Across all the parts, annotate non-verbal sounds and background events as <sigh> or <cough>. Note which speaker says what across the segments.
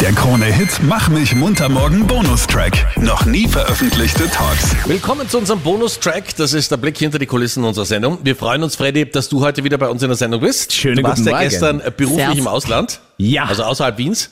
Speaker 1: Der Krone-Hit Mach mich munter morgen Bonustrack. Noch nie veröffentlichte Talks.
Speaker 2: Willkommen zu unserem Bonustrack. Das ist der Blick hinter die Kulissen unserer Sendung. Wir freuen uns, Freddy, dass du heute wieder bei uns in der Sendung bist.
Speaker 3: Schönen
Speaker 2: du warst
Speaker 3: guten
Speaker 2: ja
Speaker 3: Morgen.
Speaker 2: gestern äh, beruflich
Speaker 4: Servus.
Speaker 2: im Ausland.
Speaker 3: Ja.
Speaker 2: Also außerhalb Wiens.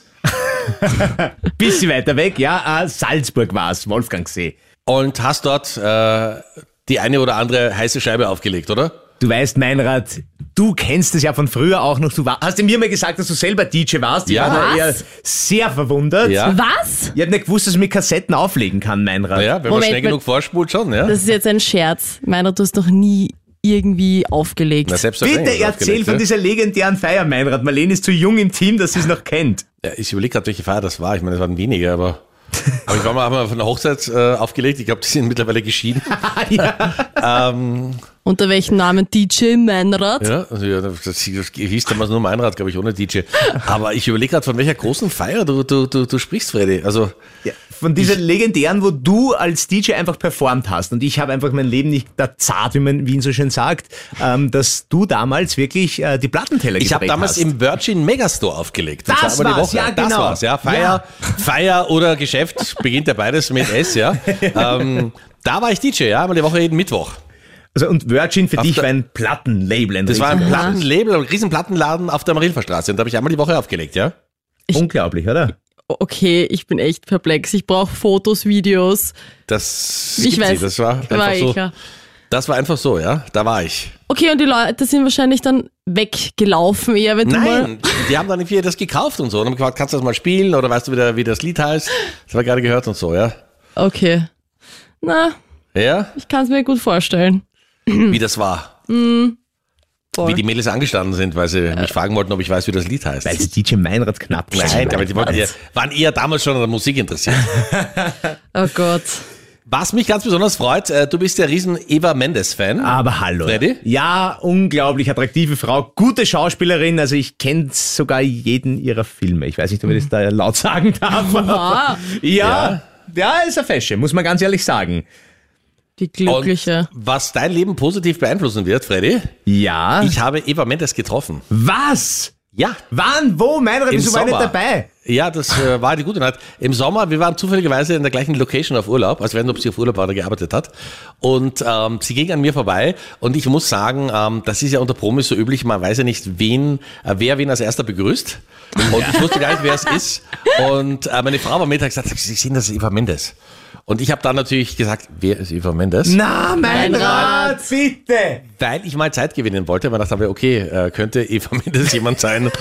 Speaker 3: Bisschen weiter weg, ja, äh, Salzburg war es, Wolfgangsee.
Speaker 2: Und hast dort äh, die eine oder andere heiße Scheibe aufgelegt, oder?
Speaker 3: Du weißt, Meinrad, du kennst es ja von früher auch noch. Du war, hast du mir mal gesagt, dass du selber DJ warst? Ich
Speaker 2: Ja.
Speaker 3: war da eher
Speaker 4: Was?
Speaker 3: sehr verwundert.
Speaker 2: Ja.
Speaker 4: Was?
Speaker 3: Ich habe nicht gewusst, dass man mit Kassetten auflegen kann, Meinrad.
Speaker 2: Naja, wenn man
Speaker 4: Moment,
Speaker 2: schnell
Speaker 4: Moment.
Speaker 2: genug vorspult schon, ja.
Speaker 4: Das ist jetzt ein Scherz. Meiner, du hast noch nie irgendwie aufgelegt.
Speaker 2: Na, selbstverständlich
Speaker 3: Bitte
Speaker 2: hast du
Speaker 3: erzähl
Speaker 2: aufgelegt,
Speaker 3: von
Speaker 2: ja.
Speaker 3: dieser legendären Feier, Meinrad. Marlene ist zu jung im Team, dass sie es
Speaker 2: <laughs>
Speaker 3: noch kennt.
Speaker 2: Ja, ich überlege gerade, welche Feier das war. Ich meine, es waren wenige, aber. Aber ich war mal einmal auf einer Hochzeit äh, aufgelegt. Ich glaube, die sind mittlerweile geschieden.
Speaker 4: Unter welchem Namen DJ Meinrad?
Speaker 2: Ja, also, ja das, das hieß damals nur Meinrad, glaube ich, ohne DJ. Aber ich überlege gerade, von welcher großen Feier du, du, du, du sprichst, Freddy. Also,
Speaker 3: Ja, von dieser legendären, wo du als DJ einfach performt hast. Und ich habe einfach mein Leben nicht da zart, wie man in Wien so schön sagt, ähm, dass du damals wirklich äh, die Plattenteller
Speaker 2: ich habe
Speaker 3: gedreht
Speaker 2: damals
Speaker 3: hast.
Speaker 2: im Virgin Megastore aufgelegt.
Speaker 3: Das
Speaker 2: war aber die
Speaker 3: war's,
Speaker 2: Woche.
Speaker 3: ja,
Speaker 2: Das
Speaker 3: genau.
Speaker 2: war's, ja. Feier, Feier oder Geschäft beginnt ja beides mit S, <laughs> ja. Ähm, da war ich DJ, ja, einmal die Woche jeden Mittwoch.
Speaker 3: Also und Virgin für dich
Speaker 2: der-
Speaker 3: war ein Plattenlabel. Ein
Speaker 2: Das war ein
Speaker 3: riesen-
Speaker 2: Plattenlabel, ein Riesenplattenladen auf der Marilferstraße. Und da habe ich einmal die Woche aufgelegt, ja.
Speaker 3: Unglaublich, oder?
Speaker 4: Okay, ich bin echt perplex. Ich brauche Fotos, Videos.
Speaker 2: Das
Speaker 4: Ich
Speaker 2: gibt's
Speaker 4: weiß.
Speaker 2: nicht. das war einfach
Speaker 4: war
Speaker 2: so.
Speaker 4: ich, ja.
Speaker 2: Das war einfach so, ja. Da war ich.
Speaker 4: Okay, und die Leute sind wahrscheinlich dann weggelaufen eher, wenn du mal...
Speaker 2: Nein, die haben dann irgendwie das gekauft und so. Und haben gefragt, kannst du das mal spielen oder weißt du wieder, wie das Lied heißt? Das haben wir gerade gehört und so, ja.
Speaker 4: Okay. Na,
Speaker 2: Ja,
Speaker 4: ich kann es mir gut vorstellen.
Speaker 2: wie das war.
Speaker 4: Voll.
Speaker 2: Wie die Mädels angestanden sind, weil sie mich fragen wollten, ob ich weiß, wie das Lied heißt.
Speaker 3: Weil es DJ Meinrad knapp
Speaker 2: Nein, aber die wollten ja,
Speaker 3: Was?
Speaker 2: waren eher damals schon an der Musik interessiert.
Speaker 4: Oh Gott.
Speaker 2: Was mich ganz besonders freut, äh, du bist der riesen Eva Mendes-Fan.
Speaker 3: Aber hallo.
Speaker 2: Freddy?
Speaker 3: Ja, unglaublich attraktive Frau, gute Schauspielerin. Also ich kenne sogar jeden ihrer Filme. Ich weiß nicht, ob ich
Speaker 2: Mhm.
Speaker 3: das da laut sagen darf.
Speaker 4: Ah,
Speaker 3: Ja, ja, ist eine Fesche, muss man ganz ehrlich sagen.
Speaker 4: die
Speaker 2: Und
Speaker 4: Glückliche.
Speaker 2: was dein Leben positiv beeinflussen wird, Freddy,
Speaker 3: Ah. Ja.
Speaker 2: ich habe Eva Mendes getroffen.
Speaker 3: was?
Speaker 2: Ja,
Speaker 3: Wann? Wo? Meinrad,
Speaker 2: Im
Speaker 3: bist du mal nicht
Speaker 2: Sommer.
Speaker 3: dabei?
Speaker 2: Ja, das äh, war die gute Nacht. Im Sommer, wir waren zufälligerweise in der gleichen Location auf Urlaub, als wenn ob sie auf Urlaub war oder gearbeitet hat. Und ähm, sie ging an mir vorbei und ich muss sagen, ähm, das ist ja unter Promis so üblich, man weiß ja nicht, wen, äh, wer wen als erster begrüßt. Und ich wusste gar nicht, wer es ist. Und äh, meine Frau war am Mittag gesagt, Sie sehen, das ist Eva Mendes. Und ich habe dann natürlich gesagt, wer ist Eva Mendes?
Speaker 3: Na, Meinrad, bitte.
Speaker 2: Weil ich mal Zeit gewinnen wollte, aber dachte mir, okay, äh, könnte Eva <laughs> Mendes jemand sein,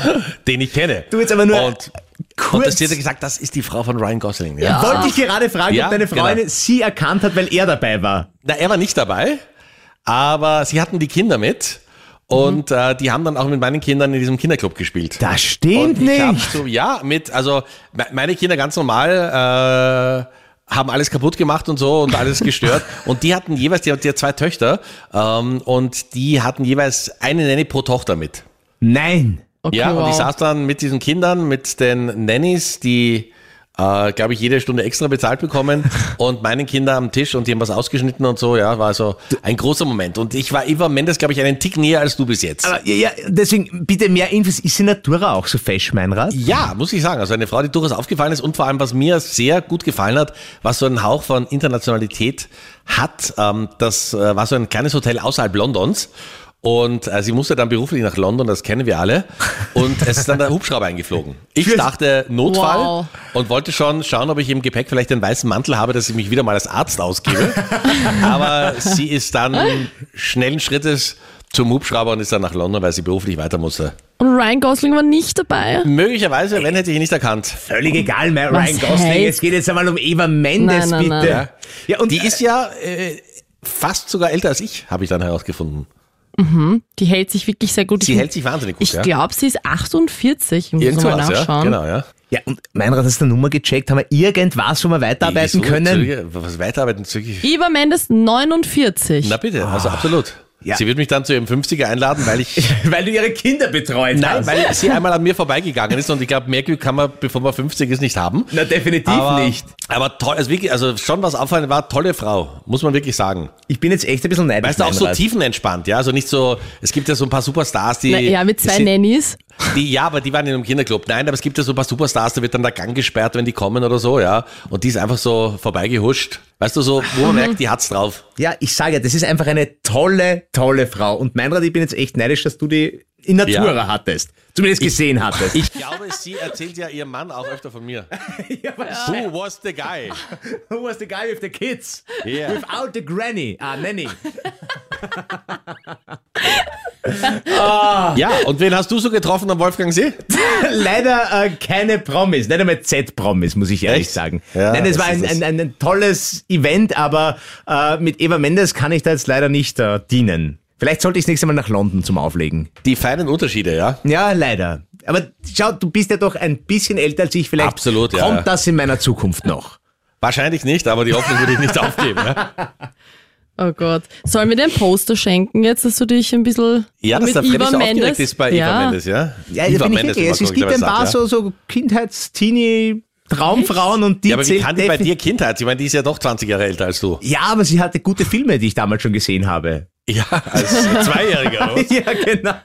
Speaker 2: den ich kenne.
Speaker 3: Du jetzt aber nur
Speaker 2: und,
Speaker 3: kurz.
Speaker 2: und das hat gesagt, das ist die Frau von Ryan Gosling. Ja.
Speaker 3: Wollte ich gerade fragen,
Speaker 2: Ja,
Speaker 3: ob deine Frau
Speaker 2: genau.
Speaker 3: eine- sie erkannt hat, weil er dabei war.
Speaker 2: Na, er war nicht dabei, aber sie hatten die Kinder mit und äh, die haben dann auch mit meinen Kindern in diesem Kinderclub gespielt.
Speaker 3: Das
Speaker 2: und
Speaker 3: stimmt
Speaker 2: ich hab
Speaker 3: nicht.
Speaker 2: so, ja, mit, also me- meine Kinder ganz normal äh, haben alles kaputt gemacht und so und alles gestört. und die hatten jeweils, die, hat- die hat zwei Töchter ähm, und die hatten jeweils eine Nanny pro Tochter mit.
Speaker 3: Nein.
Speaker 4: Okay,
Speaker 2: Ja,
Speaker 4: wow.
Speaker 2: und ich saß dann mit diesen Kindern, mit den Nannies, die, äh, glaube ich, jede Stunde extra bezahlt
Speaker 4: <laughs>
Speaker 2: bekommen und meinen Kindern am Tisch und die haben was ausgeschnitten und so, ja, war so ein großer Moment. Und ich war Eva Mendes, glaube ich, einen Tick näher als du bis jetzt.
Speaker 3: Aber ja, ja, deswegen bitte mehr Infos. Ist die Natura auch so fesch, Meinrad?
Speaker 2: ja, muss ich sagen. Also eine Frau, die durchaus aufgefallen ist und vor allem, was mir sehr gut gefallen hat, was so einen Hauch von Internationalität hat, ähm, das äh, war so ein kleines Hotel außerhalb Londons. Und äh, sie musste dann beruflich nach London, das kennen wir alle. Und es ist dann der Hubschrauber eingeflogen. Ich dachte, Notfall
Speaker 4: Wow.
Speaker 2: und wollte schon schauen, ob ich im Gepäck vielleicht einen weißen Mantel habe, dass ich mich wieder mal als Arzt ausgebe. Aber sie ist dann schnellen Schrittes zum Hubschrauber und ist dann nach London, weil sie beruflich weiter musste.
Speaker 4: Und Ryan Gosling war nicht dabei.
Speaker 2: Möglicherweise, wenn hätte ich ihn nicht erkannt.
Speaker 3: Völlig egal, Ryan
Speaker 4: Was
Speaker 3: Gosling.
Speaker 4: heißt-
Speaker 3: Es geht jetzt einmal um Eva Mendes,
Speaker 4: Nein, nein,
Speaker 3: bitte.
Speaker 4: nein.
Speaker 3: Ja. und
Speaker 2: Die ist ja äh, fast sogar älter als ich, habe ich dann herausgefunden.
Speaker 4: Die hält sich wirklich sehr gut.
Speaker 2: Sie
Speaker 4: Ich-
Speaker 2: hält sich wahnsinnig gut,
Speaker 4: Ich
Speaker 2: ja.
Speaker 4: glaube, sie ist 48. Ich muss
Speaker 2: Irgend
Speaker 4: mal
Speaker 2: sowas, ja.
Speaker 4: nachschauen.
Speaker 2: Genau, ja.
Speaker 3: ja, und Meinrad, hast du eine Nummer gecheckt? Haben wir irgendwas, wo wir weiterarbeiten
Speaker 2: Wieso
Speaker 3: können?
Speaker 2: zögere- Was weiterarbeiten? zögere-
Speaker 4: Eva Mendes 49.
Speaker 2: Na bitte,
Speaker 4: Ah.
Speaker 2: also absolut.
Speaker 3: Ja.
Speaker 2: Sie wird mich dann zu ihrem 50er einladen, weil
Speaker 4: <laughs>
Speaker 2: ich
Speaker 3: <laughs> Weil du ihre Kinder betreut
Speaker 2: Nein, weil sie einmal an mir vorbeigegangen ist und ich glaube, mehr Glück kann man, bevor man 50 ist, nicht haben.
Speaker 3: Na, definitiv
Speaker 2: aber,
Speaker 3: nicht.
Speaker 2: Aber toll, also wirklich, also schon was auffallend war, tolle Frau, muss man wirklich sagen.
Speaker 3: Ich bin jetzt echt ein bisschen neidisch.
Speaker 2: Weißt du, auch so
Speaker 3: Meinrad.
Speaker 2: tiefenentspannt, ja, also nicht so, es gibt ja so ein paar Superstars, die...
Speaker 4: Na, ja, mit
Speaker 2: die
Speaker 4: zwei
Speaker 2: sind-
Speaker 4: Nannies.
Speaker 2: Die, ja, aber die waren in einem Kinderclub. Nein, aber es gibt ja so ein paar Superstars, da wird dann der Gang gesperrt, wenn die kommen oder so, ja. Und die ist einfach so vorbeigehuscht. Weißt du, so, wo man merkt, die hat's drauf.
Speaker 3: Ja, ich sage ja, das ist einfach eine tolle, tolle Frau. Und Meinrad, ich bin jetzt echt neidisch, dass du die in Natura
Speaker 2: Ja.
Speaker 3: hattest. Zumindest gesehen hattest.
Speaker 2: Ich glaube, sie erzählt ja ihrem Mann auch öfter von mir.
Speaker 3: <laughs> ja, aber
Speaker 2: Who was the guy?
Speaker 3: Who was the guy with the kids?
Speaker 2: Yeah.
Speaker 3: Without the granny. Ah, Nanny.
Speaker 2: Ja, und wen hast du so getroffen am Wolfgangsee?
Speaker 3: Leider äh, keine Promis, nicht einmal Z-Promis, muss ich ehrlich
Speaker 2: Echt?
Speaker 3: sagen.
Speaker 2: Ja,
Speaker 3: Nein, es
Speaker 2: das
Speaker 3: war ein,
Speaker 2: ist es.
Speaker 3: ein, ein, ein tolles Event, aber äh, mit Eva Mendes kann ich da jetzt leider nicht äh, dienen. Vielleicht sollte ich das nächste Mal nach London zum Auflegen.
Speaker 2: Die feinen Unterschiede, ja.
Speaker 3: Ja, leider. Aber schau, du bist ja doch ein bisschen älter als ich. Vielleicht
Speaker 2: Absolut, ja,
Speaker 3: kommt
Speaker 2: ja.
Speaker 3: das in meiner Zukunft noch.
Speaker 2: Wahrscheinlich nicht, aber die Hoffnung würde ich nicht aufgeben. Ja,
Speaker 4: Oh Gott. Sollen wir dir ein Poster schenken jetzt, dass du dich ein bisschen
Speaker 2: ja dass
Speaker 4: mit
Speaker 2: der Freddy
Speaker 4: Ivan
Speaker 2: so
Speaker 4: Mendes...
Speaker 2: aufgeregt ist bei
Speaker 4: ja.
Speaker 2: Eva Mendes, ja.
Speaker 3: Ja, da bin ich wirklich. Es, es gibt ein paar so, so Kindheits-Teenie-Traumfrauen und die
Speaker 2: Ja, aber wie
Speaker 3: zählt
Speaker 2: kann die bei
Speaker 3: definitiv-
Speaker 2: dir Kindheit? Ich meine, die ist ja doch 20 Jahre älter als du.
Speaker 3: Ja, aber sie hatte gute Filme, die ich damals schon gesehen habe.
Speaker 2: Ja, als Zweijähriger. oder?
Speaker 3: <laughs> Ja, genau.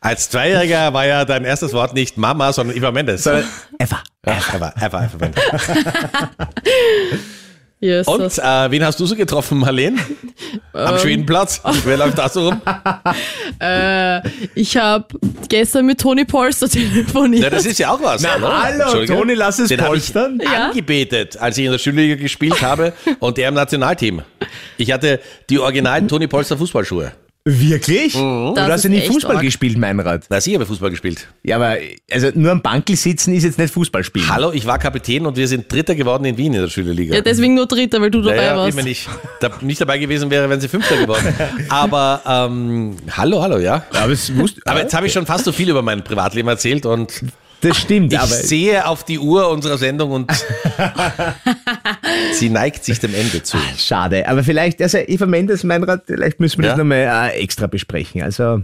Speaker 2: als Zweijähriger war ja dein erstes Wort nicht Mama, sondern Eva Mendes.
Speaker 3: Sondern Eva.
Speaker 2: Ja, Eva, Eva, Eva Mendes.
Speaker 4: Yes,
Speaker 2: Und
Speaker 4: das-
Speaker 2: äh, wen hast du so getroffen, Marlene?
Speaker 3: Ähm,
Speaker 2: Am
Speaker 3: <laughs>
Speaker 2: Schwedenplatz. Wer läuft da so rum?
Speaker 4: Ich habe gestern mit Toni Polster <laughs> telefoniert.
Speaker 2: Ja, das ist ja auch was.
Speaker 3: Na,
Speaker 2: oder?
Speaker 3: hallo,
Speaker 2: Entschuldige.
Speaker 3: Toni, lass es
Speaker 2: Den hab
Speaker 3: polstern.
Speaker 2: Ich
Speaker 4: Ja.
Speaker 2: angebetet, als ich in der Schulliga gespielt habe und er im Nationalteam. Ich hatte die originalen Toni Polster Fußballschuhe. Mhm.
Speaker 3: Wirklich?
Speaker 4: Das
Speaker 3: du hast ja
Speaker 4: ist
Speaker 3: nie
Speaker 4: echt
Speaker 3: Fußball
Speaker 4: arg.
Speaker 3: gespielt, Meinrad.
Speaker 2: Na, ich habe Fußball gespielt.
Speaker 3: Ja, aber also nur am Bankel sitzen ist jetzt nicht Fußball spielen.
Speaker 2: Hallo, ich war Kapitän und wir sind Dritter geworden in Wien in der Schülerliga.
Speaker 4: ja, deswegen nur Dritter, weil du dabei
Speaker 2: naja,
Speaker 4: warst.
Speaker 2: immer nicht, da, nicht dabei gewesen wäre, wenn sie Fünfter geworden.
Speaker 4: <laughs>
Speaker 2: Aber ähm, hallo, hallo, ja.
Speaker 3: Aber, es wusst,
Speaker 2: Aber jetzt habe ich schon fast so viel über mein Privatleben erzählt und
Speaker 3: das stimmt.
Speaker 2: ich
Speaker 3: aber
Speaker 2: sehe auf die Uhr unserer Sendung
Speaker 3: <laughs>
Speaker 2: und sie neigt sich dem Ende zu.
Speaker 3: Also. schade. Aber vielleicht, also Eva Mendes, Meinrad, vielleicht müssen wir
Speaker 2: Ja.
Speaker 3: das nochmal äh, extra besprechen. Also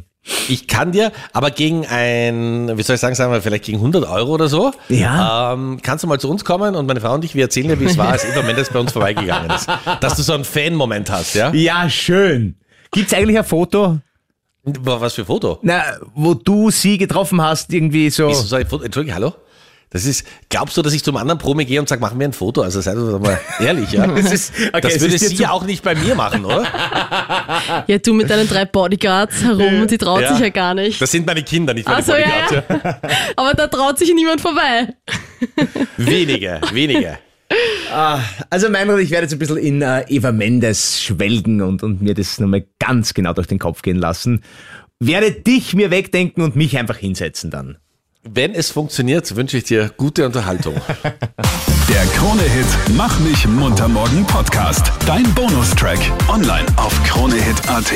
Speaker 2: Ich kann dir, aber gegen ein, wie soll ich sagen, sagen wir vielleicht gegen 100 Euro oder so,
Speaker 3: Ja.
Speaker 2: ähm, kannst du mal zu uns kommen und meine Frau und ich, wir erzählen dir, wie es war, als Eva Mendes bei uns vorbeigegangen
Speaker 3: <laughs>
Speaker 2: ist. Dass du so einen Fan-Moment hast, ja?
Speaker 3: ja, schön. Gibt's eigentlich ein Foto,
Speaker 2: Boah, Was für ein Foto?
Speaker 3: na, wo du sie getroffen hast, irgendwie so?
Speaker 2: Wieso soll ich Foto? Entschuldige, hallo? Das ist, glaubst du, dass ich zum anderen Promi gehe und sage, machen wir ein Foto? Also sei doch mal ehrlich, ja? Das,
Speaker 3: ist, <laughs> okay, es
Speaker 2: würde
Speaker 3: ist dir
Speaker 2: sie
Speaker 3: zu-
Speaker 2: ja auch nicht bei mir machen, oder?
Speaker 4: Ja, du mit deinen drei Bodyguards herum, die traut
Speaker 2: Ja.
Speaker 4: sich ja gar nicht.
Speaker 2: Das sind meine Kinder, nicht meine
Speaker 4: Ach so,
Speaker 2: Bodyguards.
Speaker 4: ja,
Speaker 2: ja.
Speaker 4: <laughs> Aber da traut sich niemand vorbei.
Speaker 2: Wenige, wenige.
Speaker 3: Also Meinrad, ich werde jetzt ein bisschen in äh, Eva Mendes schwelgen und, und mir das nochmal ganz genau durch den Kopf gehen lassen. Werde dich mir wegdenken und mich einfach hinsetzen dann.
Speaker 2: Wenn es funktioniert, wünsche ich dir gute Unterhaltung.
Speaker 1: Der Krone-Hit Mach mich munter morgen Podcast. Dein Bonustrack. Online auf kronehit.at.